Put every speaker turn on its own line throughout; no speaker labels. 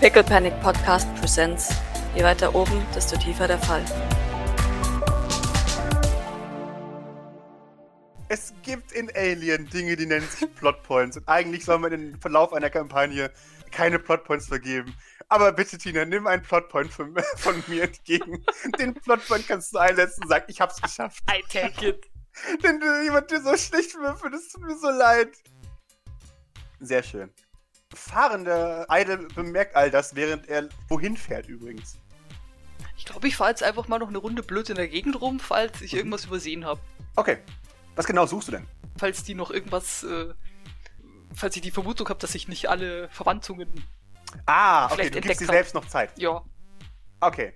Pickle Panic Podcast presents. Je weiter oben, desto tiefer der Fall.
Es gibt in Alien Dinge, die nennen sich Plotpoints. Und eigentlich soll man im Verlauf einer Kampagne keine Plotpoints vergeben. Aber bitte, Tina, nimm einen Plotpoint von, von mir entgegen. Den Plotpoint kannst du einsetzen und sagen, ich hab's geschafft.
I take it.
Wenn du jemand dir so schlecht würfelt, es tut mir so leid. Sehr schön. Fahrender Idle bemerkt all das, während er wohin fährt übrigens.
Ich glaube, ich fahre jetzt einfach mal noch eine Runde blöd in der Gegend rum, falls ich irgendwas übersehen habe.
Okay. Was genau suchst du denn?
Falls die noch irgendwas, äh, falls ich die Vermutung habe, dass ich nicht alle Verwandlungen,
Ah, okay,
Vielleicht
du gibst dir
entdeckt hab.
selbst noch Zeit.
ja,
Okay.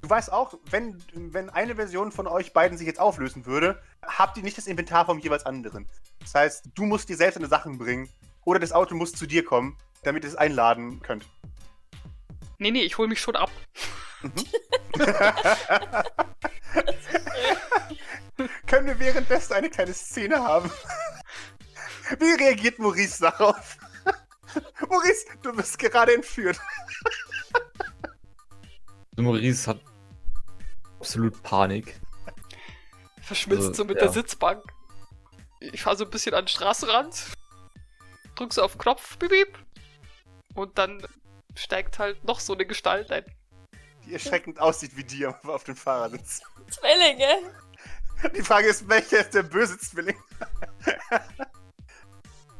Du weißt auch, wenn, wenn eine Version von euch beiden sich jetzt auflösen würde, habt ihr nicht das Inventar vom jeweils anderen. Das heißt, du musst dir selbst deine Sachen bringen oder das Auto muss zu dir kommen, damit ihr es einladen könnt.
nee, nee, ich hole mich schon ab.
Können wir währenddessen eine kleine Szene haben? Wie reagiert Maurice darauf? Maurice, du bist gerade entführt.
Maurice hat absolut Panik.
Verschmilzt
Also,
so mit
ja.
der Sitzbank. Ich fahre so ein bisschen an den Straßenrand, drück so auf den Knopf, bip, bip. Und dann steigt halt noch so eine Gestalt ein.
Die erschreckend aussieht wie die auf dem Fahrersitz.
Zwillinge.
Die Frage ist, welcher ist der böse Zwilling?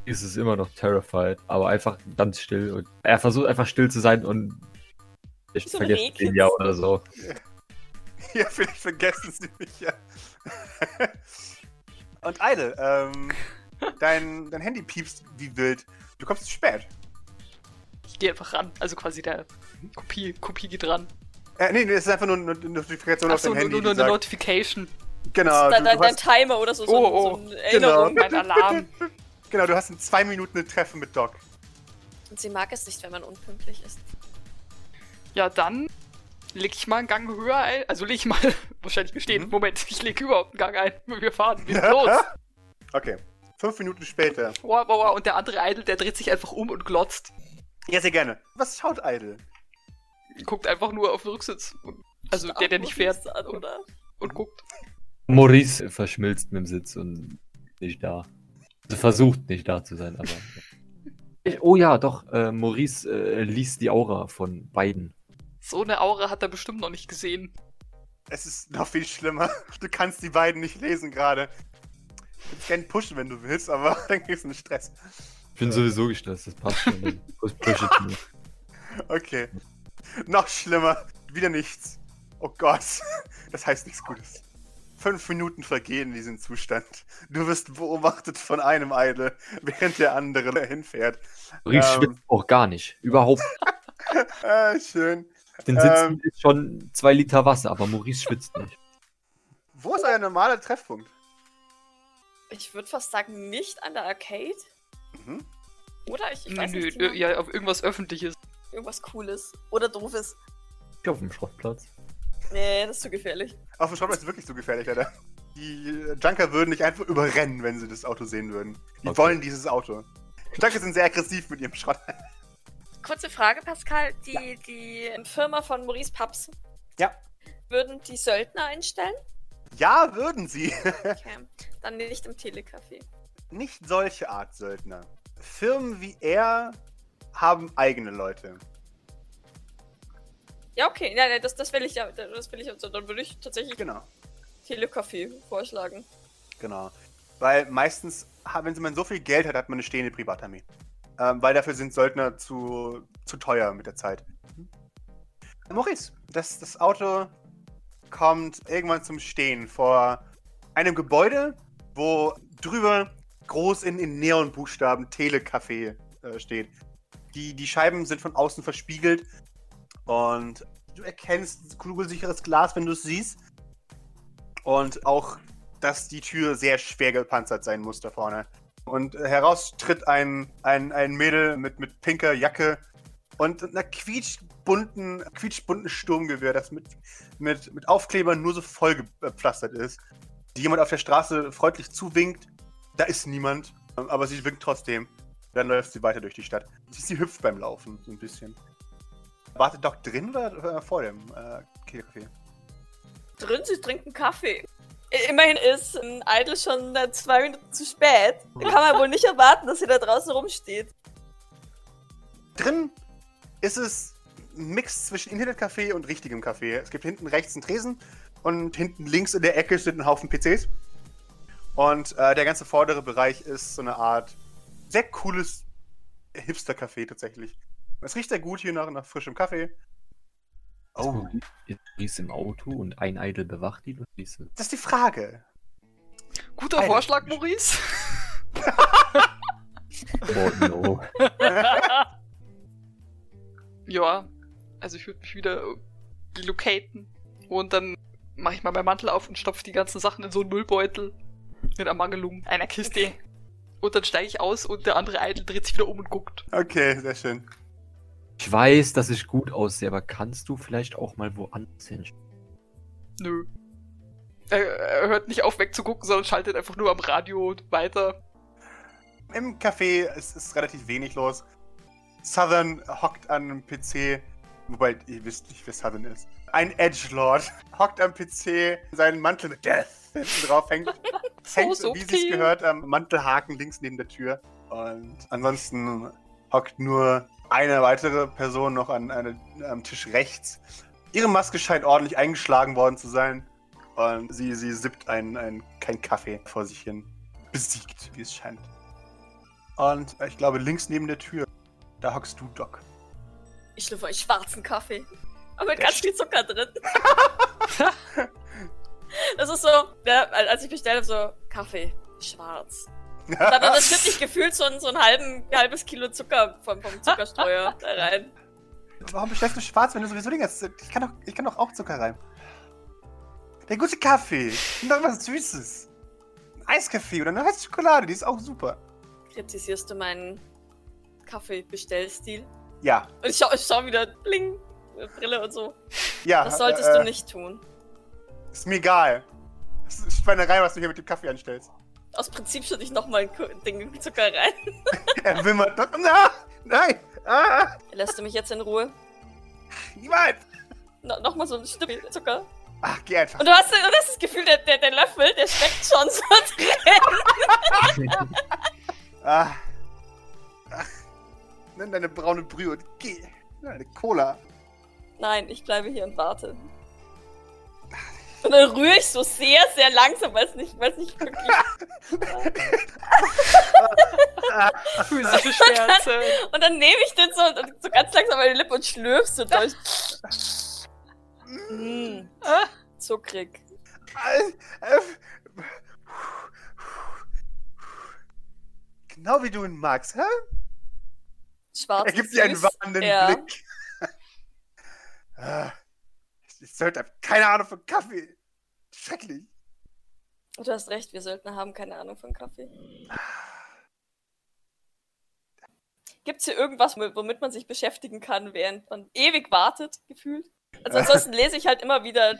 Ist es immer noch terrified, aber einfach ganz still. Und er versucht einfach still zu sein und ich
So ein
vergesse
Rehkitz.
den ja oder so.
Ja, vielleicht vergessen sie mich ja. Und Eile, ähm, dein, dein Handy piepst wie wild. Du kommst zu spät.
Ich gehe einfach ran, also quasi der Kopie, Kopie geht ran.
Äh, nee, nee, es ist einfach nur eine Notifikation auf
Achso,
dem
nur,
Handy.
nur, nur
die
eine
sagt-
Notification.
genau,
Dein,
du,
dein,
du
dein
hast,
Timer oder so, so,
Oh, oh.
so eine Erinnerung.
Mein Alarm.
genau, du hast in zwei Minuten ein Treffen mit Doc.
Und sie mag es nicht, wenn man unpünktlich ist.
Ja, dann leg ich mal einen Gang höher ein. Also leg ich mal, wahrscheinlich gestehen.
Mhm.
Moment, ich leg überhaupt einen Gang ein. Wir fahren, wir sind los.
Okay, fünf Minuten später.
Wow, wow, wow. Und der andere Idol, der dreht sich einfach um und glotzt.
Ja, sehr gerne. Was schaut Eile?
Guckt einfach nur auf den Rücksitz. Also der, der nicht fährt
An, oder?
und guckt.
Maurice verschmilzt mit dem Sitz und nicht da. Also versucht nicht da zu sein, aber. Ich- Oh ja, doch, äh, Maurice äh, liest die Aura von beiden.
So eine Aura hat er bestimmt noch nicht gesehen.
Es ist noch viel schlimmer. Du kannst die beiden nicht lesen gerade. Du kannst gerne pushen, wenn du willst, aber dann kriegst du einen Stress.
Ich bin sowieso gestresst, das passt schon. Das push it me.
Okay. Noch schlimmer. Wieder nichts. Oh Gott. Das heißt nichts Gutes. Fünf Minuten vergehen in diesem Zustand. Du wirst beobachtet von einem Idol, während der andere dahin fährt.
Maurice
Ähm.
schwitzt auch gar nicht. Überhaupt.
Ah, schön.
Auf Den Sitzen
Ähm.
ist schon zwei Liter Wasser, aber Maurice schwitzt nicht.
Wo ist euer normaler Treffpunkt?
Ich würde fast sagen, nicht an der Arcade.
Mhm.
Oder ich, ich
Nö,
weiß
nö,
nicht.
nö,
Genau.
ja, auf irgendwas Öffentliches.
Irgendwas Cooles. Oder Doofes.
Ich auf dem Schrottplatz.
Nee, das ist zu gefährlich.
Auf dem Schrottplatz ist wirklich so gefährlich, leider. Die äh, Junker würden dich einfach überrennen, wenn sie das Auto sehen würden. Die
Okay.
wollen dieses Auto. Junker sind sehr aggressiv mit ihrem Schrott.
Kurze Frage, Pascal. Die, die Firma von Maurice Paps.
Ja.
Würden die Söldner einstellen?
Ja, würden sie.
Okay. Dann nicht im Telecafé.
nicht solche Art Söldner. Firmen wie er haben eigene Leute.
Ja, okay. Nein, nein, das, das will ich ja. Das will ich. Also, dann würde ich tatsächlich
Genau,
Telecafé vorschlagen.
genau. Weil meistens, ha- wenn man so viel Geld hat, hat man eine stehende Privatarmee. Ähm, weil dafür sind Söldner zu, zu teuer mit der Zeit. Mhm. Maurice, das, das Auto kommt irgendwann zum Stehen vor einem Gebäude, wo drüber groß in, in Neonbuchstaben Telecafé äh, steht. Die, die Scheiben sind von außen verspiegelt und du erkennst kugelsicheres Glas, wenn du es siehst. Und auch, dass die Tür sehr schwer gepanzert sein muss da vorne. Und heraus tritt ein, ein, ein Mädel mit, mit pinker Jacke und einer quietschbunten, quietschbunten Sturmgewehr, das mit, mit, mit Aufklebern nur so vollgepflastert ist. Die jemand auf der Straße freundlich zuwinkt. Da ist niemand, aber sie winkt trotzdem. Dann läuft sie weiter durch die Stadt. Sie, sie hüpft beim Laufen so ein bisschen. Wartet doch drin oder äh, vor dem äh, Kaffee?
Drin, sie trinken Kaffee. I- Immerhin ist ein Idol schon äh, zwei Minuten zu spät. Kann man wohl nicht erwarten, dass sie da draußen rumsteht.
Drin ist es ein Mix zwischen Internetcafé und richtigem Café. Es gibt hinten rechts einen Tresen und hinten links in der Ecke sind ein Haufen PCs. Und äh, der ganze vordere Bereich ist so eine Art sehr cooles Hipster-Café tatsächlich. Es riecht sehr gut hier nach, nach frischem Kaffee.
Oh. Ist Maurice im Auto und ein Idol bewacht ihn und Maurice.
Das ist die Frage.
Guter
Alter.
Vorschlag, Maurice.
Oh no.
ja, also ich würde mich wieder relocaten. Und dann mache ich mal meinen Mantel auf und stopfe die ganzen Sachen in so einen Müllbeutel. Mit Ermangelung einer Kiste. Und dann steige ich aus und der andere Eitel dreht sich wieder um und guckt.
Okay, sehr schön.
Ich weiß, dass ich gut aussehe, aber kannst du vielleicht auch mal woanders hin?
Nö. Er, er hört nicht auf wegzugucken, sondern schaltet einfach nur am Radio weiter.
Im Café ist, ist relativ wenig los. Southern hockt an einem PC. Wobei, ihr wisst nicht, wer Southern ist. Ein Edgelord hockt am PC, seinen Mantel mit Death hinten drauf hängt.
So
hängt, wie sich's
subtil.
gehört, am Mantelhaken links neben der Tür. Und ansonsten hockt nur eine weitere Person noch an, an, am Tisch rechts. Ihre Maske scheint ordentlich eingeschlagen worden zu sein. Und sie, sie sippt einen, einen, kein Kaffee vor sich hin. Besiegt, wie es scheint. Und äh, ich glaube, links neben der Tür, da hockst du, Doc.
Ich schlürfe euch schwarzen Kaffee. Aber mit
Der
ganz viel Zucker drin. das ist so, ne, als ich bestellt habe, so Kaffee, schwarz. Und dann hat das schütte ich gefühlt so, ein- so ein halben, halbes Kilo Zucker vom, vom Zuckerstreuer da rein.
Warum bestellst du schwarz, wenn du sowieso den ganzen. Ich kann doch, ich kann doch auch Zucker rein. Der gute Kaffee. Nimm doch was Süßes. Ein Eiskaffee oder eine heiße Schokolade, die ist auch super.
Kritisierst du meinen Kaffeebestellstil?
Ja,
Und ich schau, ich schau wieder, bling, Brille und so.
ja.
Das solltest
äh,
du
äh,
nicht tun.
Ist mir egal. Das ist Schweinerei, was du hier mit dem Kaffee anstellst.
Aus Prinzip schütte ich nochmal ein Ku- Ding Zucker rein.
er wimmert. Na, nein, ah,
Lässt du mich jetzt in Ruhe?
niemals.
No, nochmal so ein Stück Zucker.
Ach, geh einfach.
Und du hast, du hast das Gefühl, der, der, der Löffel, der steckt schon so drin.
Ah. Ach. Nimm deine braune Brühe und geh. Nimm Deine Cola.
Nein, ich bleibe hier und warte. Und dann rühre ich so sehr, sehr langsam, weil es nicht, weil es nicht glücklich
Physische Schmerzen.
Und dann nehme ich den so, und- so ganz langsam meine Lippe und schlürfst so durch. mm,
Ah,
zuckrig.
Al- äh, Genau wie du ihn magst, hä?
Schwarz.
Er gibt
und
dir einen
süß.
warnenden
ja.
Blick. Ah, ich- ich sollte hab keine Ahnung von Kaffee. Schrecklich.
Du hast recht, wir Söldner haben keine Ahnung von Kaffee. Gibt's hier irgendwas, wo- womit man sich beschäftigen kann, während man ewig wartet, gefühlt?
Äh.
Also ansonsten lese ich halt immer wieder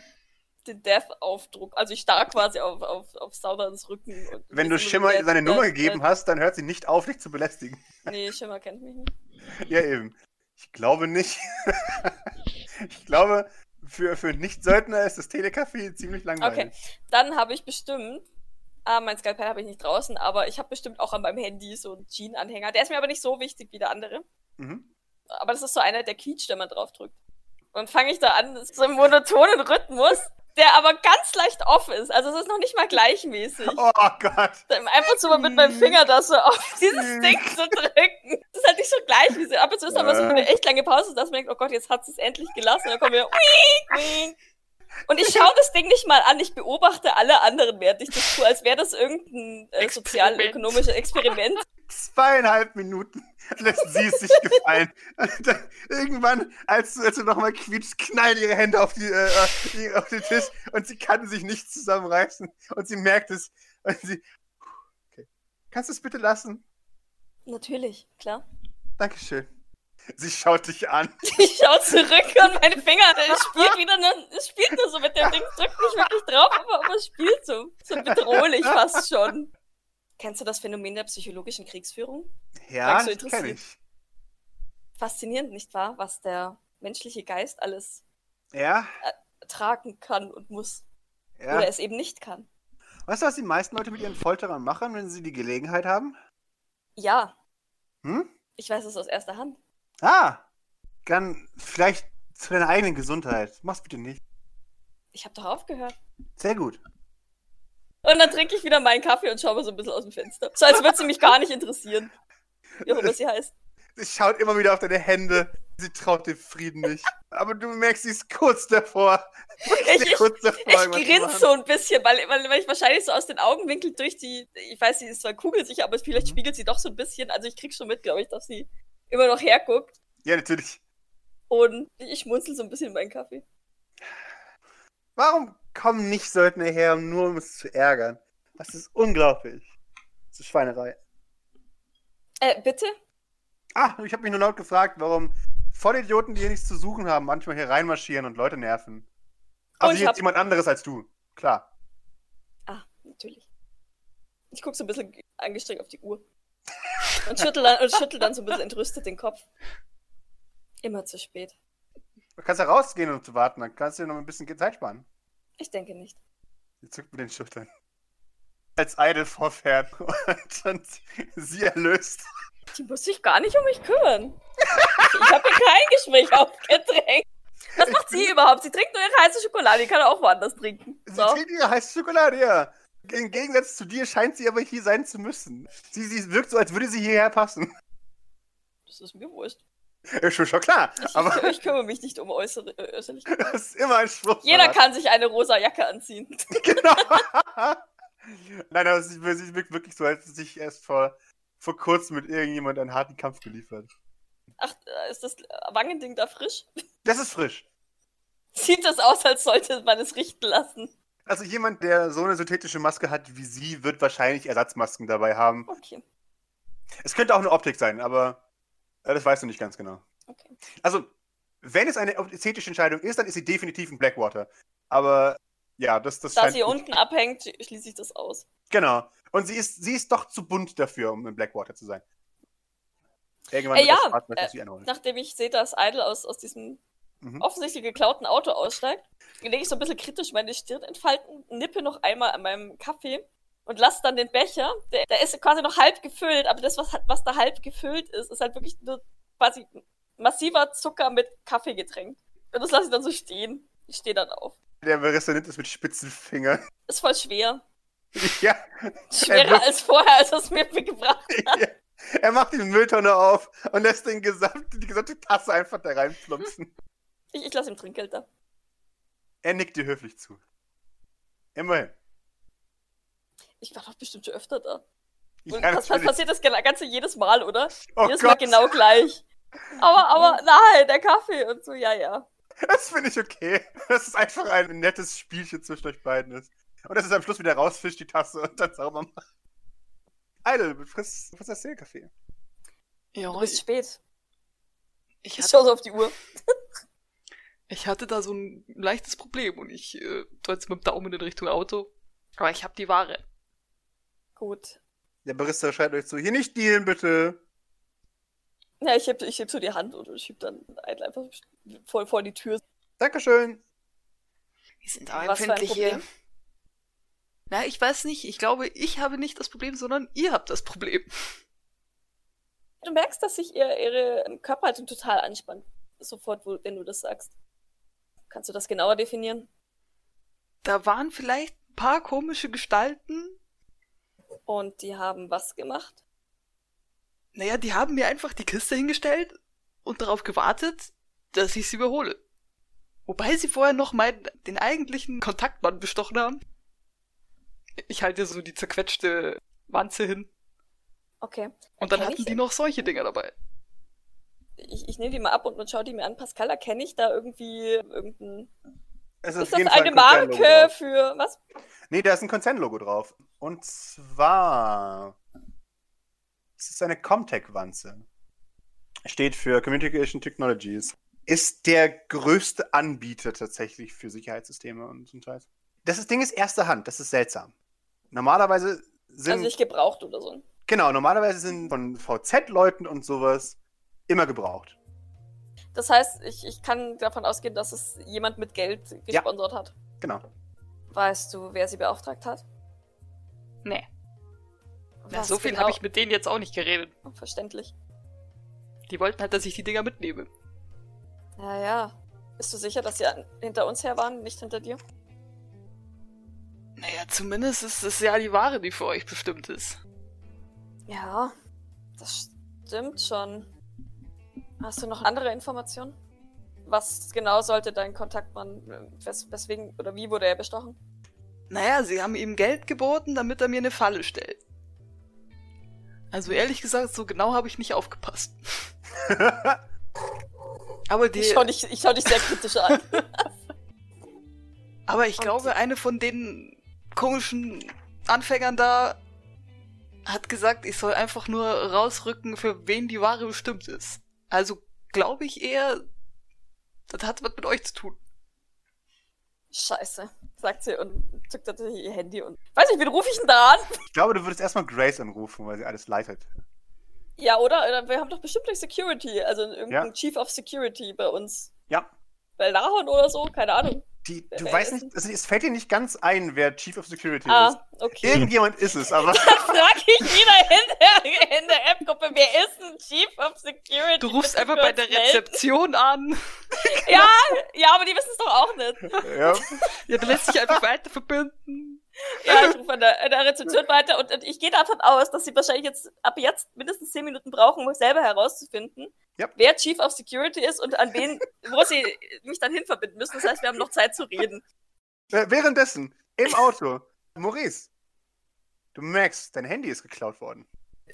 den Death-Aufdruck. Also ich starr quasi auf, auf, auf Southerns Rücken. Und
Wenn du
lese
Schimmer
immer wieder
seine
Death,
Nummer
Death,
gegeben hast, dann hört sie nicht auf, dich zu belästigen.
Death. Nee, Schimmer kennt mich nicht.
Ja, eben. Ich glaube nicht. ich glaube, für, für Nicht-Söldner ist das Telekaffee ziemlich langweilig.
Dann habe ich bestimmt, ah, mein Skype habe ich nicht draußen, aber ich habe bestimmt auch an meinem Handy so einen Jean-Anhänger. Der ist mir aber nicht so wichtig wie der andere.
Mhm.
Aber das ist so einer, der quietscht, wenn man drauf drückt. Und fange ich da an, so einen monotonen Rhythmus, der aber ganz leicht off ist. Also es ist noch nicht mal gleichmäßig.
Oh Gott.
Dann Einfach so mal mit meinem Finger da so auf dieses Ding zu drücken. Das ist halt nicht so gleichmäßig. Ab und zu ist aber so eine echt lange Pause, dass man denkt, oh Gott, jetzt hat es endlich gelassen. Und dann kommen wir, wink, wink. Und ich schaue das Ding nicht mal an, ich beobachte alle anderen, während ich das tue, als wäre das irgendein äh,
Experiment.
sozialökonomisches Experiment.
zweieinhalb Minuten lässt sie es sich gefallen. Und dann, irgendwann, als, du- als du nochmal quietscht, knallen ihre Hände auf, die, äh, äh, auf den Tisch und sie kann sich nicht zusammenreißen und sie merkt es und sie. Okay. Kannst du es bitte lassen?
Natürlich, klar.
Dankeschön. Sie schaut dich an.
Ich schau zurück und meine Finger es spielt wieder nur, es spielt nur so mit dem Ding, drückt nicht wirklich drauf, aber, aber es spielt so. So bedrohlich fast schon. Kennst du das Phänomen der psychologischen Kriegsführung?
Ja,
Sagst du
das kenne ich.
Faszinierend, nicht wahr? Was der menschliche Geist alles
Ja,
tragen kann und muss.
ja.
Oder es eben nicht kann.
Weißt du, was die meisten Leute mit ihren Folterern machen, wenn sie die Gelegenheit haben?
Ja,
Hm?
ich weiß es aus erster Hand.
Ah! Dann vielleicht zu deiner eigenen Gesundheit. Mach's bitte nicht.
Ich habe doch aufgehört.
Sehr gut.
Und dann trinke ich wieder meinen Kaffee und schaue mal so ein bisschen aus dem Fenster. So als würde sie mich gar nicht interessieren. Wie auch immer sie heißt.
Sie schaut immer wieder auf deine Hände. Sie traut dem Frieden nicht. Aber du merkst, sie ist kurz davor.
Ich, ich,
kurz davor
ich
irgendwas zu
grinse
machen.
so ein bisschen, weil, weil, weil ich wahrscheinlich so aus den Augenwinkeln durch die, ich weiß, sie ist zwar kugelsicher, aber vielleicht
Mhm.
spiegelt sie doch so ein bisschen. Also ich krieg schon mit, glaube ich, dass sie immer noch herguckt.
Ja, natürlich.
Und ich schmunzel so ein bisschen meinen Kaffee.
Warum kommen nicht Söldner her, nur um es zu ärgern? Das ist unglaublich. Das ist Schweinerei.
Äh, bitte?
Ah, ich habe mich nur laut gefragt, warum Vollidioten, die hier nichts zu suchen haben, manchmal hier reinmarschieren und Leute nerven.
Oh,
Also
ich
jetzt
hab-
jemand anderes als du. Klar.
Ah, natürlich. Ich guck so ein bisschen angestrengt auf die Uhr. Und schüttel dann, und schüttel dann so ein bisschen entrüstet den Kopf. Immer zu spät.
Du kannst ja rausgehen und zu warten, dann kannst du dir noch ein bisschen Zeit sparen.
Ich denke nicht.
Sie zuckt mit den Schultern. Als Idol vorfährt und dann sie erlöst.
Die muss sich gar nicht um mich kümmern. Ich habe hier kein Gespräch aufgedrängt. Was macht sie überhaupt? Sie trinkt nur ihre heiße Schokolade, die kann auch woanders trinken.
Sie
So.
trinkt ihre heiße Schokolade, ja. Im Gegensatz zu dir scheint sie aber hier sein zu müssen. Sie, sie wirkt so, als würde sie hierher passen.
Das ist mir wurscht.
Ist schon, schon klar,
Ich,
aber
ich kümmere mich nicht um äußere, äh, äußerlich.
das ist immer ein Spruch.
Jeder kann sich eine rosa Jacke anziehen.
genau. Nein, aber sie, sie wirkt wirklich so, als hätte sie sich erst vor, vor kurzem mit irgendjemand einen harten Kampf geliefert.
Ach, äh, ist das Wangending da frisch?
Das ist frisch.
Sieht das aus, als sollte man es richten lassen.
Also jemand, der so eine synthetische Maske hat wie sie, wird wahrscheinlich Ersatzmasken dabei haben.
Okay,
Es könnte auch eine Optik sein, aber äh, das weißt du nicht ganz genau.
okay.
Also, wenn es eine ästhetische Entscheidung ist, dann ist sie definitiv ein Blackwater. Aber ja, das, das
Da
scheint
sie
gut-
unten abhängt, schließe ich das aus.
Genau. Und sie ist, sie ist doch zu bunt dafür, um ein Blackwater zu sein. Irgendwann
Äh,
wird das
ja,
Schwarzmesser
äh,
sie einholen.
nachdem ich sehe, dass Idle aus, aus diesem
Mhm.
offensichtlich geklauten Auto aussteigt, lege ich so ein bisschen kritisch meine Stirn entfalten, nippe noch einmal an meinem Kaffee und lasse dann den Becher, der, der ist quasi noch halb gefüllt, aber das, was, hat- was da halb gefüllt ist, ist halt wirklich nur quasi massiver Zucker mit Kaffee getränkt. Und das lasse ich dann so stehen. Ich stehe dann auf.
Der Barista nimmt es mit spitzen Fingern.
Ist voll schwer.
ja,
Schwerer
wirkt-
als vorher, als es mir gebracht
ja. Er macht die Mülltonne auf und lässt den gesamten, die gesamte Tasse einfach da reinplumpsen.
Ich, ich lasse ihm Trinkgeld da.
Er nickt dir höflich zu. Immerhin.
Ich war doch bestimmt schon öfter da.
Ja,
Und das, das
natürlich.
passiert das Ganze jedes Mal, oder?
oh
Jedes Mal
Gott, Oh.
genau gleich. Aber, aber, nein, der Kaffee und so, ja, ja.
das finde ich okay. Das ist einfach ein nettes Spielchen zwischen euch beiden ist. Und dass es am Schluss wieder rausfischt, die Tasse, und dann sauber macht. Idle, du frisst, du frisst das Seelkaffee.
Ja,
Du bist
ich,
spät.
ich,
Ich
hatte,
schaue so auf die Uhr.
ich hatte da so ein leichtes Problem und ich äh, deutete mit dem Daumen in Richtung Auto. Aber ich habe die Ware.
Gut.
Der Barista schreit euch zu, hier nicht dealen, bitte.
Ja, ich heb, ich heb so die Hand und schieb dann Idle einfach vor, vor die Tür.
Dankeschön.
Die sind
aber Was für ein empfindliche- Problem?
Na, ich weiß nicht. Ich glaube, ich habe nicht das Problem, sondern ihr habt das Problem.
Du merkst, dass sich ihr, ihre Körperhaltung total anspannt. Sofort, wo, wenn du das sagst. Kannst du das genauer definieren?
Da waren vielleicht ein paar komische Gestalten.
Und die haben was gemacht?
Naja, die haben mir einfach die Kiste hingestellt und darauf gewartet, dass ich sie überhole. Wobei sie vorher noch meinen, den eigentlichen Kontaktmann bestochen haben. Ich halte so die zerquetschte Wanze hin.
Okay.
Und dann
Kenn
hatten
ich-
die noch solche Dinger dabei.
Ich, ich nehme die mal ab und, und schaue die mir an. Pascal, erkenne ich da irgendwie irgendein.
Es
Ist
auf
das
jeden Fall
eine
ein Konzernlogo
Marke
drauf.
für was?
Nee, da ist ein Konzernlogo drauf. Und zwar. Es ist eine Comtech-Wanze. Steht für Communication Technologies. Ist der größte Anbieter tatsächlich für Sicherheitssysteme und so ein Scheiß. Das ist- Ding ist erster Hand, das ist seltsam. Normalerweise sind.
Also nicht gebraucht oder so.
genau, normalerweise sind von VZ-Leuten und sowas immer gebraucht.
Das heißt, ich, ich kann davon ausgehen, dass es jemand mit Geld
Ja.
gesponsert hat.
Genau.
Weißt du, wer sie beauftragt hat?
Nee. Na,
Was
so viel habe ich mit denen jetzt auch nicht geredet.
genau? Verständlich.
Die wollten halt, dass ich die Dinger mitnehme.
Ja, ja. Bist du sicher, dass sie an, hinter uns her waren, nicht hinter dir?
Naja, zumindest ist es ja die Ware, die für euch bestimmt ist.
Ja, das stimmt schon. Hast du noch andere Informationen? Was genau sollte dein Kontaktmann, äh, wes weswegen oder wie wurde er bestochen?
Naja, sie haben ihm Geld geboten, damit er mir eine Falle stellt. Also ehrlich gesagt, so genau habe ich nicht aufgepasst. Aber die,
Ich schau, dich, ich schau dich sehr kritisch an.
aber ich
und-
glaube, eine von den komischen Anfängern da hat gesagt, ich soll einfach nur rausrücken, für wen die Ware bestimmt ist. Also glaube ich eher, das hat was mit euch zu tun.
Scheiße, sagt sie und zückt natürlich ihr Handy und. Weiß nicht, wen rufe ich denn da an?
Ich glaube, du würdest erstmal Grace anrufen, weil sie alles leitet.
Ja, oder? oder wir haben doch bestimmt gleich Security, also irgendeinen
Ja.
Chief of Security bei uns.
Ja.
Bei Lahon oder so, keine Ahnung.
Die,
Wer-
du
wer
weißt
Äh, ist
nicht, also es fällt dir nicht ganz ein, wer Chief of Security ist.
Ah, okay.
Irgendjemand ist es, aber
Dann frag ich wieder in der, in der App-Gruppe, wer ist ein Chief of Security?
Du rufst
Bitte
einfach bei
kurz
der
melden.
Rezeption an.
Ja, ja, aber die wissen es doch auch nicht.
ja,
Ja, du lässt dich einfach weiter verbinden.
Ja, ich rufe an der, an der Rezeption weiter und, und ich gehe davon aus, dass sie wahrscheinlich jetzt ab jetzt mindestens 10 Minuten brauchen, um selber herauszufinden,
Ja.
wer Chief of Security ist und an wen, wo sie mich dann hinverbinden müssen. Das heißt, wir haben noch Zeit zu reden.
Äh, Währenddessen, im Auto, Maurice, du merkst, dein Handy ist geklaut worden.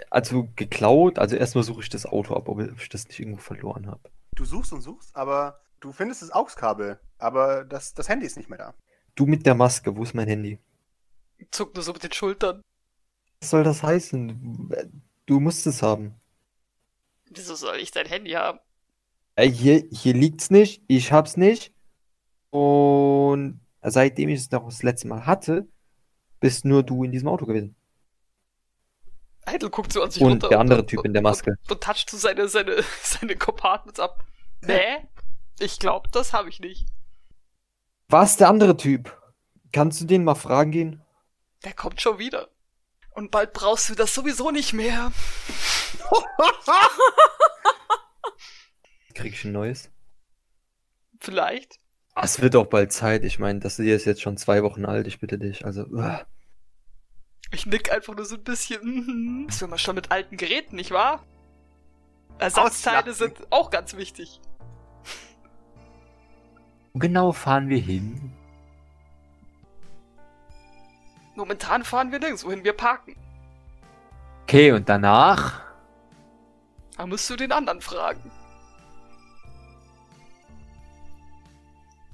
Also geklaut, also erstmal suche ich das Auto ab, ob ich das nicht irgendwo verloren habe.
Du suchst und suchst, aber du findest das AUX-Kabel, aber das, das Handy ist nicht mehr da.
Du mit der Maske, wo ist mein Handy?
Zuck nur so mit den Schultern.
Was soll das heißen? Du musst es haben.
Wieso soll ich dein Handy haben?
Äh, hier, hier liegt's nicht, ich hab's nicht. Und seitdem ich es noch das letzte Mal hatte, bist nur du in diesem Auto gewesen.
Eitel guckt so an sich
Und
runter.
der andere Typ in der Maske.
Und, und toucht so seine, seine, seine Compartments ab. Nee, ich glaub, das habe ich nicht.
Was der andere Typ? Kannst du den mal fragen gehen?
Der kommt schon wieder. Und bald brauchst du das sowieso nicht mehr.
Krieg ich ein neues?
Vielleicht.
Ah, Es wird auch bald Zeit. Ich meine, das hier ist jetzt schon zwei Wochen alt. Ich bitte dich. Also, uah.
Ich nick einfach nur so ein bisschen. mhm. Das will man schon mit alten Geräten, nicht wahr? Ersatzteile
Ausschlachten.
sind auch ganz wichtig.
wo genau fahren wir hin?
Momentan fahren wir nirgends, wohin wir parken.
Okay, und danach?
Da musst du den anderen fragen.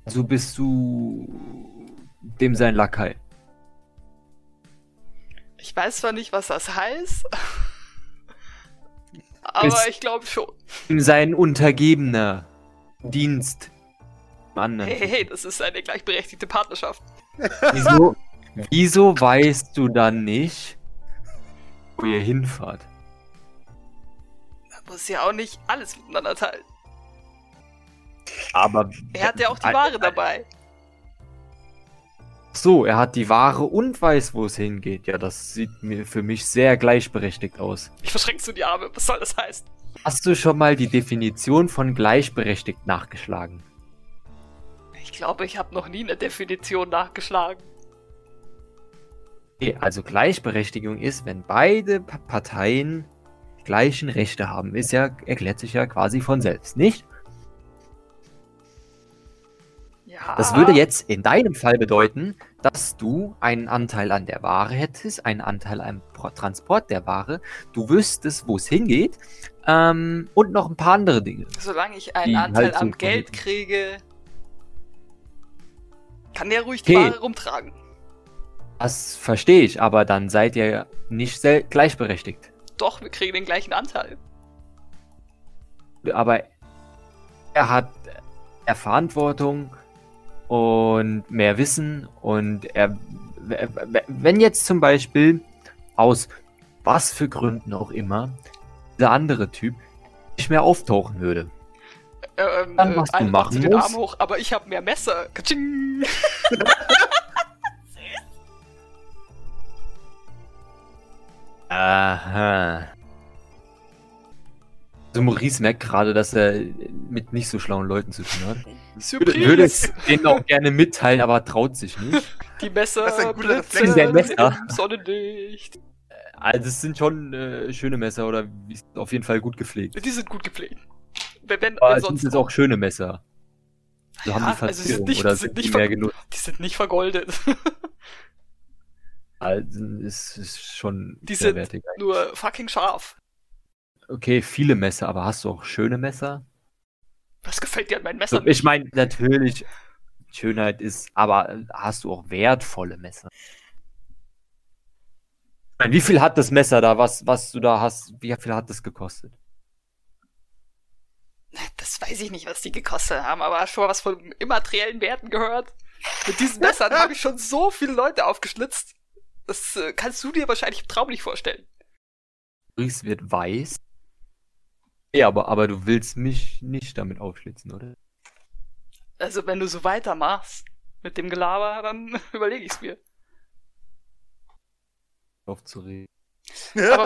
Also bist du dem sein Lakai.
Ich weiß zwar nicht, was das heißt, aber
Bist-
ich glaube schon.
Ihm sein Untergebener. Dienst. Mann. ne?
Hey, hey, hey, das ist eine gleichberechtigte Partnerschaft.
Wieso, wieso weißt du dann nicht, wo ihr hinfahrt?
Man muss ja auch nicht alles miteinander teilen.
Aber
Er hat ja auch die
Ein-
Ware dabei.
so, er hat die Ware und weiß, wo es hingeht. Ja, das sieht mir für mich sehr gleichberechtigt aus.
Ich verschränke so die Arme. Was soll das heißen?
Hast du schon mal die Definition von gleichberechtigt nachgeschlagen?
Ich glaube, ich habe noch nie eine Definition nachgeschlagen.
Okay, also Gleichberechtigung ist, wenn beide Pa- Parteien die gleichen Rechte haben. Ist ja, erklärt sich ja quasi von selbst, nicht?
Ja.
Das würde jetzt in deinem Fall bedeuten, dass du einen Anteil an der Ware hättest, einen Anteil am Pro- Transport der Ware, du wüsstest, wo es hingeht ähm, und noch ein paar andere Dinge.
Solange ich
Die
einen Anteil
Haltung
am
von
Geld
hinten.
kriege, kann der ruhig die
Okay.
Ware rumtragen.
Das verstehe ich, aber dann seid ihr nicht sel- gleichberechtigt.
Doch, wir kriegen den gleichen Anteil.
Aber er hat er Verantwortung und mehr Wissen und er, w- w- wenn jetzt zum Beispiel aus was für Gründen auch immer der andere Typ nicht mehr auftauchen würde.
Ähm,
Dann, was
äh,
du
Alten macht so
machen
den
musst.
Arm hoch, aber ich habe mehr Messer. Katsching.
Aha. Also Maurice merkt gerade, dass er mit nicht so schlauen Leuten zu tun hat. Würde, würde es
Surprise!
denen auch gerne mitteilen, aber traut sich nicht.
Die Messer
Das ist ein guter Reflex.
Das ist ein Messer.
im Sonnenlicht.
Also es sind schon äh, schöne Messer oder die sind auf jeden Fall gut gepflegt.
Die sind gut gepflegt. Wenn, wenn,
Aber
wenn
es Ah, sind
sonst
jetzt auch schöne Messer. So haben
Ja,
die
also sie sind
Verzierung
nicht-
oder
sie sind
sind
nicht
die mehr
ver-
genutzt.
die sind nicht vergoldet.
Also es ist schon
Die
sehr
sind
wertig.
Nur fucking scharf.
Okay, viele Messer, aber hast du auch schöne Messer?
Was gefällt dir an meinem Messer?
So, ich meine, natürlich, Schönheit ist, aber äh, hast du auch wertvolle Messer? Ich mein, wie viel hat das Messer da, was, was du da hast, wie viel hat das gekostet?
Das weiß ich nicht, was die gekostet haben, aber schon mal was von immateriellen Werten gehört. Mit diesen Messern habe ich schon so viele Leute aufgeschlitzt. Das äh, kannst du dir wahrscheinlich im Traum nicht vorstellen.
Ries wird weiß. Ja, aber, aber du willst mich nicht damit aufschlitzen, oder?
Also wenn du so weitermachst mit dem Gelaber, dann überlege ich es mir.
Aufzuregen.
Aber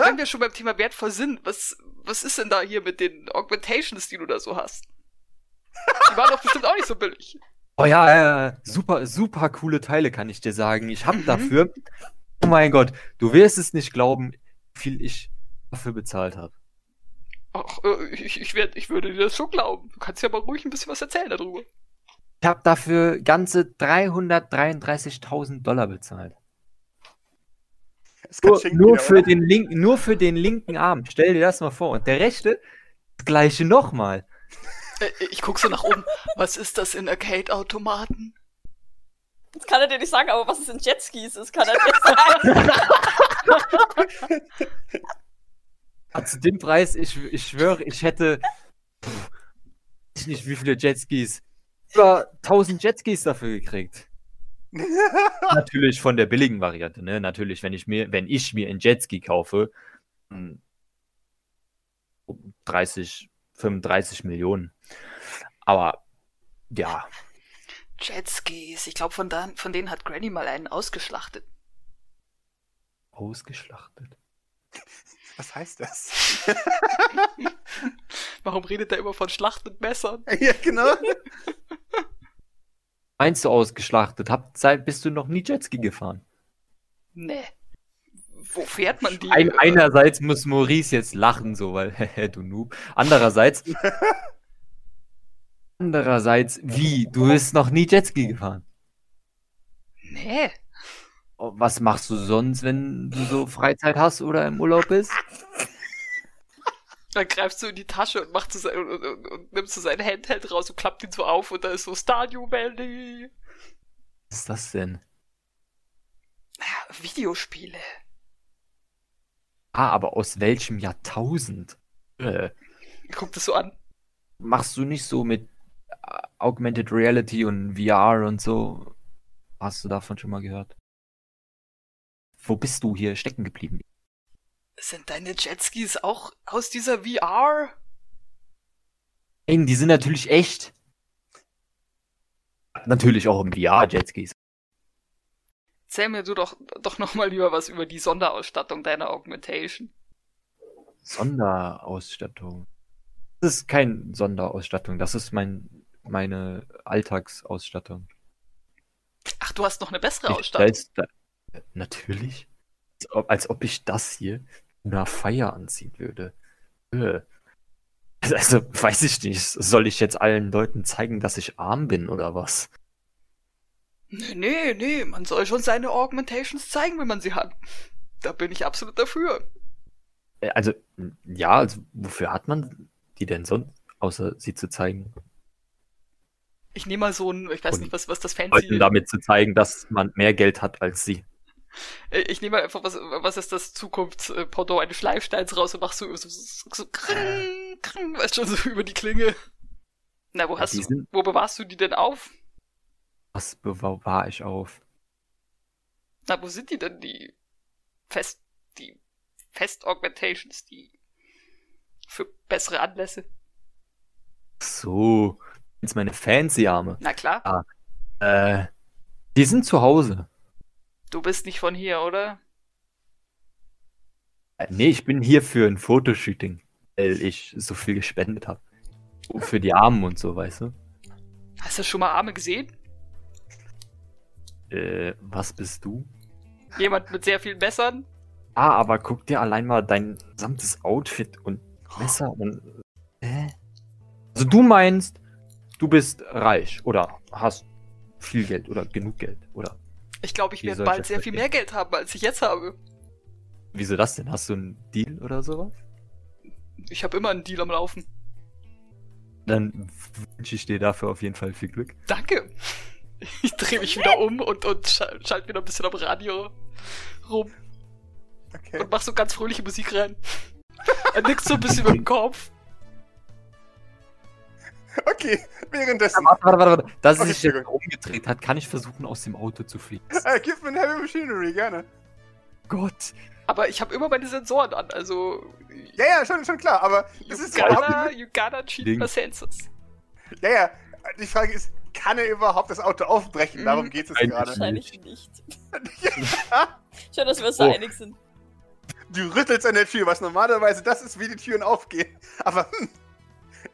wenn wir schon beim Thema wertvoll sind, was, was ist denn da hier mit den Augmentations, die du da so hast? Die waren doch bestimmt auch nicht so billig.
Oh ja, ja, ja, super, super coole Teile, kann ich dir sagen. Ich habe
Mhm.
dafür, oh mein Gott, du wirst es nicht glauben, wie viel ich dafür bezahlt habe.
Ach, äh, ich, ich, werd, ich würde dir das schon glauben. Du kannst ja mal ruhig ein bisschen was erzählen darüber.
Ich habe dafür ganze 333.000 Dollar bezahlt.
Das kann
Nur,
schicken
nur,
wieder,
für
oder?
den linken, nur für den linken Arm. Stell dir das mal vor. Und der rechte, das gleiche nochmal.
Äh, ich guck so nach oben. Was ist das in Arcade-Automaten?
Das kann er dir nicht sagen, aber was es in Jetskis ist, kann er dir sagen.
Ah, Zu dem Preis, ich, ich schwöre, ich hätte, pff, weiß nicht wie viele Jetskis, über 1000 Jetskis dafür gekriegt. Natürlich von der billigen Variante, ne? Natürlich, wenn ich mir, wenn ich mir einen Jetski kaufe, hm, 30, 35 Millionen. Aber ja,
Jetskis. Ich glaube, von, da- von denen hat Granny mal einen ausgeschlachtet.
ausgeschlachtet.
Was heißt das?
Warum redet er immer von Schlacht mit Messern?
ja, genau.
Meinst du ausgeschlachtet? Hab, seit, bist du noch nie Jetski gefahren?
Nee. Wo fährt man die?
Ein,
Äh,
einerseits muss Maurice jetzt lachen, so, weil, hehe, du Noob. Andererseits. andererseits, wie? Du bist noch nie Jetski gefahren.
Nee.
Oh, Was machst du sonst, wenn du so Freizeit hast oder im Urlaub bist?
Dann greifst du in die Tasche und, machst du sein, und, und, und nimmst du sein Handheld raus und klappt ihn so auf und da ist so Stadio Valley.
Was ist das denn?
Ja, Videospiele.
Ah, aber aus welchem Jahrtausend? Äh,
Ich guck das so an.
machst du nicht so mit äh, Augmented Reality und VR und so? Hast du davon schon mal gehört? Wo bist du hier stecken geblieben?
Sind deine Jetskis auch aus dieser VR?
Nein, die sind natürlich echt. Natürlich auch im VR Jetskis.
Erzähl mir du doch, doch nochmal lieber was über die Sonderausstattung deiner Augmentation.
Sonderausstattung. Das ist kein Sonderausstattung, das ist mein meine Alltagsausstattung.
Ach, du hast noch eine bessere
Ich
Ausstattung.
weiß, da, natürlich. Als ob, als ob ich das hier zu einer Feier anziehen würde. Äh. Also, weiß ich nicht. Soll ich jetzt allen Leuten zeigen, dass ich arm bin oder was?
Nee, nee, nee, man soll schon seine Augmentations zeigen, wenn man sie hat. Da bin ich absolut dafür.
Äh, Also, m, ja, also, wofür hat man die denn sonst, außer sie zu zeigen?
Ich nehme mal so ein, ich weiß
Und
nicht, was, was das
Leuten
fancy
damit zu zeigen, dass man mehr Geld hat als sie.
Äh, Ich nehme mal einfach, was, was ist das Zukunftsporto eines Schleifsteins raus und mach so, so, so, so kring, kring, weißt schon, so über die Klinge. Na, wo
Ja,
hast
die
du,
sind-
wo bewahrst du die denn auf?
Was bewahre ich auf?
Na, wo sind die denn, die Fest, die Fest-Augmentations, die für bessere Anlässe?
So, jetzt meine Fancy-Arme.
Na klar,
Äh, die sind zu Hause.
du bist nicht von hier, oder?
Äh, nee, ich bin hier für ein Fotoshooting, weil ich so viel gespendet habe. Für die Armen und so, weißt du?
Hast du schon mal Arme gesehen?
Äh, was bist du?
Jemand mit sehr vielen Messern?
Ah, aber guck dir allein mal dein gesamtes Outfit und Messer und. Hä? Also du meinst, du bist reich oder hast viel Geld oder genug Geld oder.
Ich glaube, ich
Wie
werde
soll ich
bald
das
sehr viel
verstehen?
mehr Geld haben, als ich jetzt habe.
Wieso das denn? Hast du einen Deal oder sowas?
Ich habe immer einen Deal am Laufen.
Dann wünsche ich dir dafür auf jeden Fall viel Glück.
Danke. Ich drehe mich wieder um und, und schalte schalt wieder ein bisschen am Radio rum
Okay.
und mach so ganz fröhliche Musik rein. Er nickt so ein bisschen mit dem Kopf.
Okay, währenddessen.
Warte, warte, warte, warte. Da sie
Okay,
sich jetzt
Entschuldigung.
umgedreht hat, kann ich versuchen, aus dem Auto zu fliegen.
Äh, gib mir ein Heavy Machinery, gerne.
Gott.
Aber ich habe immer meine Sensoren an, also.
Ja, ja, schon, schon klar, aber
You
das ist ja
gotta,
überhaupt
you gotta cheat
Ding.
my senses.
Ja, ja. Die Frage ist, kann er überhaupt das Auto aufbrechen?
Mhm.
Darum geht es
Eigentlich
gerade.
Wahrscheinlich nicht. Schön, dass wir uns so
Oh.
einig sind.
Du rüttelst an der Tür, was normalerweise das ist, wie die Türen aufgehen. Aber hm,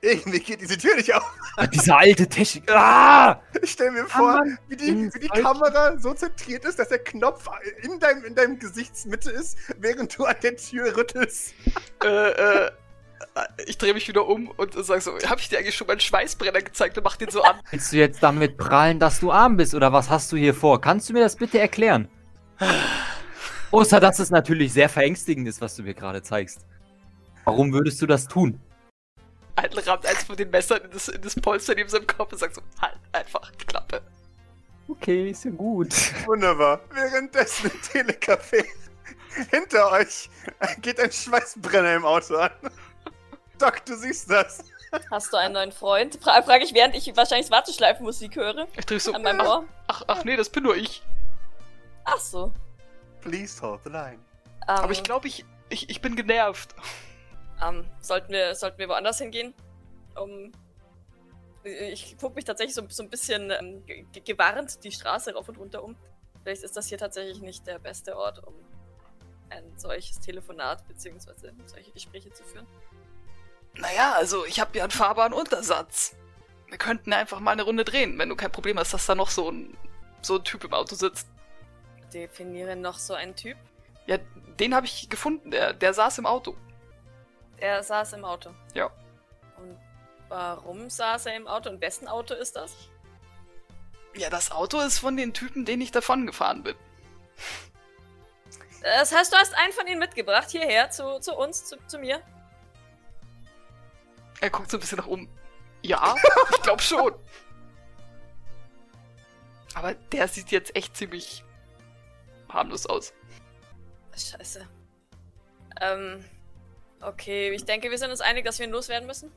irgendwie geht diese Tür nicht auf.
Ah, Diese alte Technik. Ah!
Ich stelle mir vor,
Mann,
wie die,
ins
wie die
Alte.
Kamera so zentriert ist, dass der Knopf in deinem, in deinem Gesichtsmitte ist, während du an der Tür rüttelst.
äh, äh, ich drehe mich wieder um und sag so: Hab ich dir eigentlich schon meinen Schweißbrenner gezeigt und mach den so an?
Willst du jetzt damit prahlen, dass du arm bist oder was hast du hier vor? Kannst du mir das bitte erklären? Außer, dass es natürlich sehr verängstigend ist, was du mir gerade zeigst. Warum würdest du das tun?
Eitel Halt, rammt eins von den Messern in das, in das Polster neben seinem Kopf und sagt so: Halt einfach die Klappe.
Okay, ist ja gut.
Wunderbar. Währenddessen im Telecafé hinter euch geht ein Schweißbrenner im Auto an. Doc, du siehst das.
Hast du einen neuen Freund? Fra frage ich, während ich wahrscheinlich Warteschleifenmusik höre.
Ich drehe so:
An meinem
ach,
Ohr.
ach, ach nee, das bin nur ich.
Ach so.
Please hold the line.
Ähm,
Aber ich glaube, ich, ich, ich bin genervt.
Ähm, sollten, wir, sollten wir woanders hingehen? Um, ich gucke mich tatsächlich so, so ein bisschen ähm, ge- ge- gewarnt die Straße rauf und runter um. Vielleicht ist das hier tatsächlich nicht der beste Ort, um ein solches Telefonat bzw. solche Gespräche zu führen.
Naja, also ich habe ja einen fahrbaren Untersatz. Wir könnten einfach mal eine Runde drehen, wenn du kein Problem hast, dass da noch so ein, so ein Typ im Auto sitzt.
Definiere noch so einen Typ.
Ja, den habe ich gefunden, der, der saß im Auto.
Er saß im Auto.
Ja.
Und warum saß er im Auto und wessen Auto ist das?
Ja, das Auto ist von den Typen, denen ich davon gefahren bin.
Das heißt, du hast einen von ihnen mitgebracht hierher zu, zu uns, zu, zu mir.
Er guckt so ein bisschen nach oben. Ja, ich glaube schon. Aber der sieht jetzt echt ziemlich harmlos aus.
Scheiße. Ähm, okay, ich denke, wir sind uns einig, dass wir ihn loswerden müssen.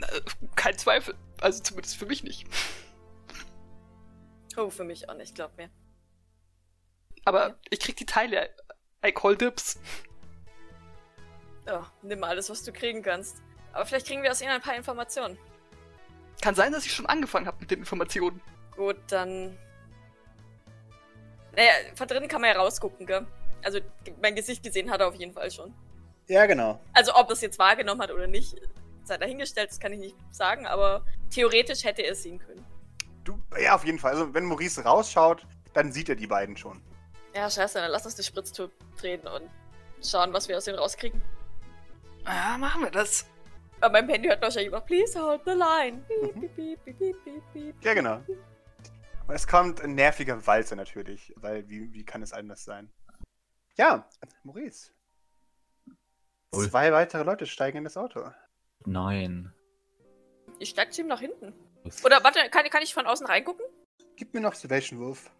Äh, Kein Zweifel. Also zumindest für mich nicht.
Oh, für mich auch nicht, glaub mir.
Aber ich krieg die Teile. I call Dips.
Ja, Oh, nimm alles, was du kriegen kannst. Aber vielleicht kriegen wir aus ihnen ein paar Informationen.
Kann sein, dass ich schon angefangen habe mit den Informationen.
Gut, dann. Naja, von drinnen kann man ja rausgucken, gell? Also, mein Gesicht gesehen hat er auf jeden Fall schon.
Ja, genau.
Also, ob das jetzt wahrgenommen hat oder nicht, sei dahingestellt, das kann ich nicht sagen, aber theoretisch hätte er es sehen können.
Du, ja, auf jeden Fall. Also, wenn Maurice rausschaut, dann sieht er die beiden schon.
Ja, scheiße, dann lass uns die Spritztour drehen und schauen, was wir aus ihnen rauskriegen.
Ah, Ja, machen wir das.
Aber mein Handy hört wahrscheinlich immer, please hold the line. Beep, beep, beep, beep, beep, beep, beep.
Ja, genau. Und es kommt ein nerviger Walzer natürlich, weil wie, wie kann es anders sein? Ja, Maurice.
Jawohl.
Zwei weitere Leute steigen in das Auto.
Nein.
Ich steig zu ihm nach hinten. Oder warte, kann, kann ich von außen reingucken?
Gib mir noch Observation-Wurf.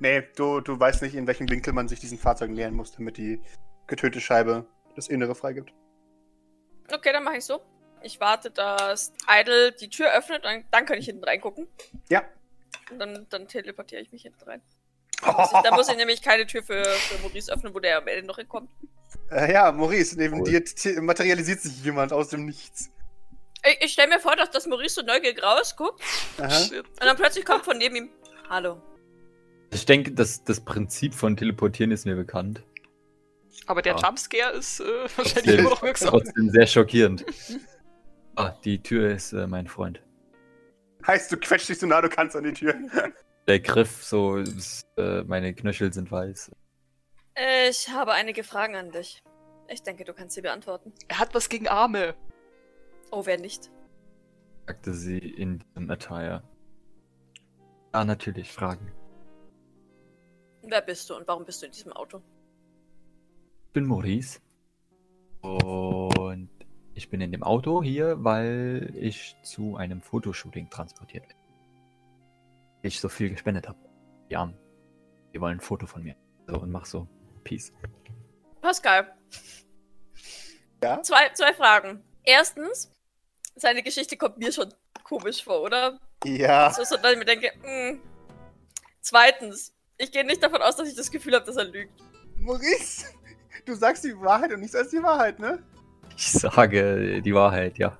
Nee, du, du weißt nicht, in welchem Winkel man sich diesen Fahrzeugen nähern muss, damit die getönte Scheibe das Innere freigibt.
Okay, dann mache ich so. Ich warte, dass Idle die Tür öffnet, dann, dann kann ich hinten reingucken.
Ja.
Und dann, dann teleportiere ich mich hinten rein. Da muss ich, da muss ich nämlich keine Tür für, für Maurice öffnen, wo der am Ende noch hinkommt.
Äh, ja, Maurice, neben
Cool.
dir t- materialisiert sich jemand aus dem Nichts.
Ich, ich stell mir vor, dass, dass Maurice so neugierig rausguckt
Aha.
Shit.
und dann plötzlich kommt von neben ihm. Hallo.
Ich denke, das, das Prinzip von Teleportieren ist mir bekannt.
Aber der
Ja.
Jumpscare ist äh, wahrscheinlich
Trotzdem,
immer noch wirksam.
trotzdem sehr schockierend. Ah, die Tür ist äh, mein Freund.
Heißt, du quetschst dich so nah du kannst an die Tür.
Der Griff, so, ist, äh, meine Knöchel sind weiß.
Ich habe einige Fragen an dich. Ich denke, du kannst sie beantworten.
Er hat was gegen Arme.
Oh, wer nicht?
sagte sie in diesem Attire. Ah, natürlich, Fragen.
Wer bist du und warum bist du in diesem Auto?
Ich bin Maurice. Und ich bin in dem Auto hier, weil ich zu einem Fotoshooting transportiert werde. Ich so viel gespendet habe. Die Armen. Die wollen ein Foto von mir. So, und mach so. Peace.
Pascal.
Ja?
Zwei, zwei Fragen. Erstens, seine Geschichte kommt mir schon komisch vor, oder?
Ja.
So, so dass ich mir denke, mm. Zweitens, ich gehe nicht davon aus, dass ich das Gefühl habe, dass er lügt.
Maurice, du sagst die Wahrheit und nichts als die Wahrheit, ne?
Ich sage die Wahrheit, ja.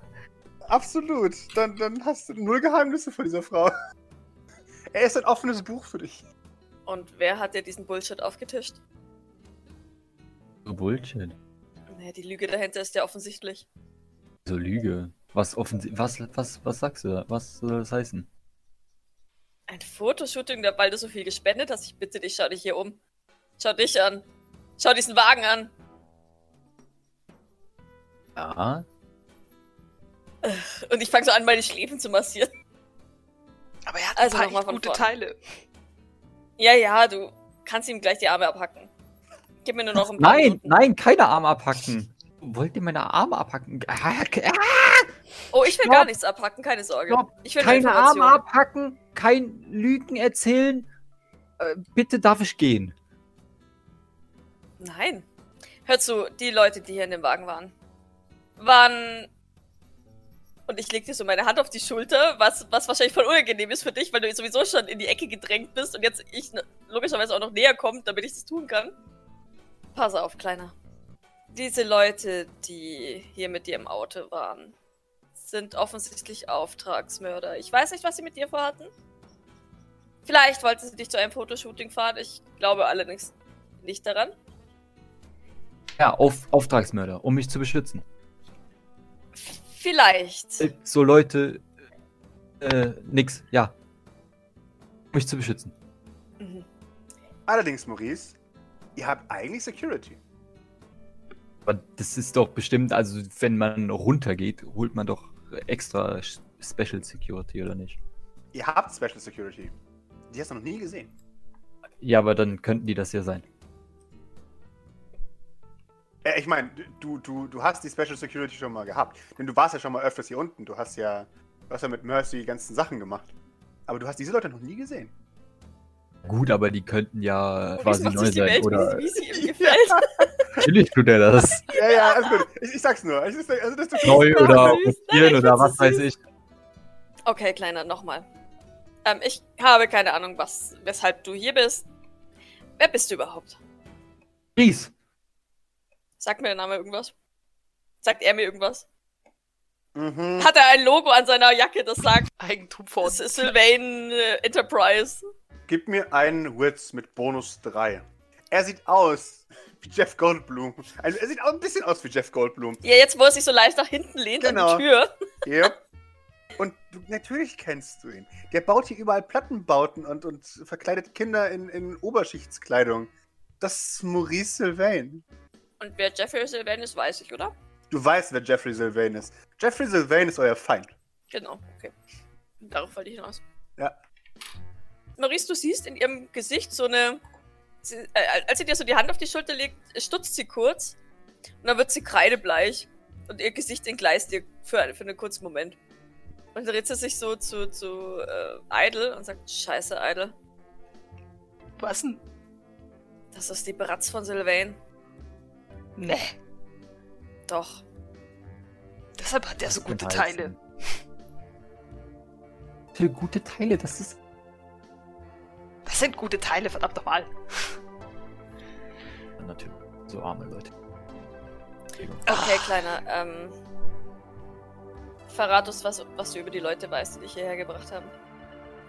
Absolut. Dann, dann hast du null Geheimnisse von dieser Frau. Er ist ein offenes Buch für dich.
Und wer hat dir diesen Bullshit aufgetischt?
So Bullshit.
Naja, die Lüge dahinter ist ja offensichtlich.
So Lüge. Was offensiv. Was, was, was sagst du da? Was soll das heißen?
Ein Fotoshooting, da- weil du so viel gespendet hast. Ich bitte dich, schau dich hier um. Schau dich an. Schau diesen Wagen an.
Ja.
Und ich fange so an, meine Schläfen zu massieren.
Aber er hat
Also
ein
nochmal
paar echt
von
gute
vorne.
Teile.
Ja, ja, du kannst ihm gleich die Arme abhacken. Gib mir nur noch ein paar
Nein,
Minuten.
nein, keine Arme abhacken. Wollt ihr meine Arme abhacken? Ah, ah,
Oh, ich will
Stopp.
gar nichts abhacken, keine Sorge.
Stopp.
Ich will nur
Keine Arme
Informationen.
abhacken, kein Lügen erzählen. Äh, bitte darf ich gehen.
Nein. Hör zu, die Leute, die hier in dem Wagen waren, waren. Und ich leg dir so meine Hand auf die Schulter, was, was wahrscheinlich voll unangenehm ist für dich, weil du sowieso schon in die Ecke gedrängt bist und jetzt ich n- logischerweise auch noch näher kommt, damit ich das tun kann. Pass auf, Kleiner. Diese Leute, die hier mit dir im Auto waren, sind offensichtlich Auftragsmörder. Ich weiß nicht, was sie mit dir vorhatten. Vielleicht wollten sie dich zu einem Fotoshooting fahren. Ich glaube allerdings nicht daran.
Ja, auf, Auftragsmörder, um mich zu beschützen.
Vielleicht.
Äh, So Leute, äh, nix, ja. Um mich zu beschützen.
Mhm.
Allerdings, Maurice, ihr habt eigentlich Security.
Aber das ist doch bestimmt, also wenn man runtergeht, holt man doch extra S- Special Security, oder nicht?
Ihr habt Special Security. Die hast du noch nie gesehen.
Ja, aber dann könnten die das ja sein.
Äh, ich meine, du, du, du hast die Special Security schon mal gehabt. Denn du warst ja schon mal öfters hier unten. Du hast ja, du hast ja mit Mercy die ganzen Sachen gemacht. Aber du hast diese Leute noch nie gesehen.
Gut, aber die könnten ja
Maurice
Äh, quasi
macht
neu
sich die
sein,
Welt,
oder?
wie, sie- wie sie ihm gefällt.
Natürlich tut er das.
Ja, ja, alles gut. Ich, ich sag's nur. Es ist, also das ist
neu
doch
oder
süß. Nein,
kopieren
ich
oder
find's
was
so
weiß
süß.
ich.
Okay, Kleiner, nochmal. Ähm, ich habe keine Ahnung, was, weshalb du hier bist. Wer bist du überhaupt?
Ries,
Sagt mir der Name irgendwas? Sagt er mir irgendwas?
Mhm.
Hat er ein Logo an seiner Jacke, das sagt
Eigentum von.
S- Sylvain äh, Enterprise?
Gib mir einen Witz mit Bonus 3. Er sieht aus wie Jeff Goldblum. Also, er sieht auch ein bisschen aus wie Jeff Goldblum.
Ja, jetzt, wo er sich so leicht nach hinten lehnt
Genau.
an die Tür.
Yep. Und du, natürlich kennst du ihn. Der baut hier überall Plattenbauten und, und verkleidet Kinder in, in Oberschichtskleidung. Das ist Maurice Sylvain.
Und wer Jeffrey Sylvain ist, weiß ich, oder?
Du weißt, wer Jeffrey Sylvain ist. Jeffrey Sylvain ist euer Feind.
Genau, okay. Darauf wollte ich hinaus.
Ja.
Maurice, du siehst in ihrem Gesicht so eine. Sie, äh, als sie dir so die Hand auf die Schulter legt, stutzt sie kurz. Und dann wird sie kreidebleich. Und ihr Gesicht entgleist dir für, eine- für einen kurzen Moment. Und dann dreht sie sich so zu, zu äh, Idle und sagt: Scheiße, Idle.
Was denn?
Das ist die Bratz von Sylvain.
Nee.
Doch.
Deshalb hat er so gute
Heißen.
Teile.
Für gute Teile, das ist.
Das sind gute Teile, verdammt nochmal.
Natürlich. So arme Leute.
Entschuldigung.
Okay, Kleiner, ähm. Verrat uns, was, was du über die Leute weißt, die dich hierher gebracht haben.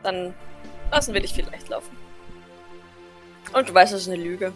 Dann lassen wir dich vielleicht laufen. Und du weißt, das ist eine Lüge.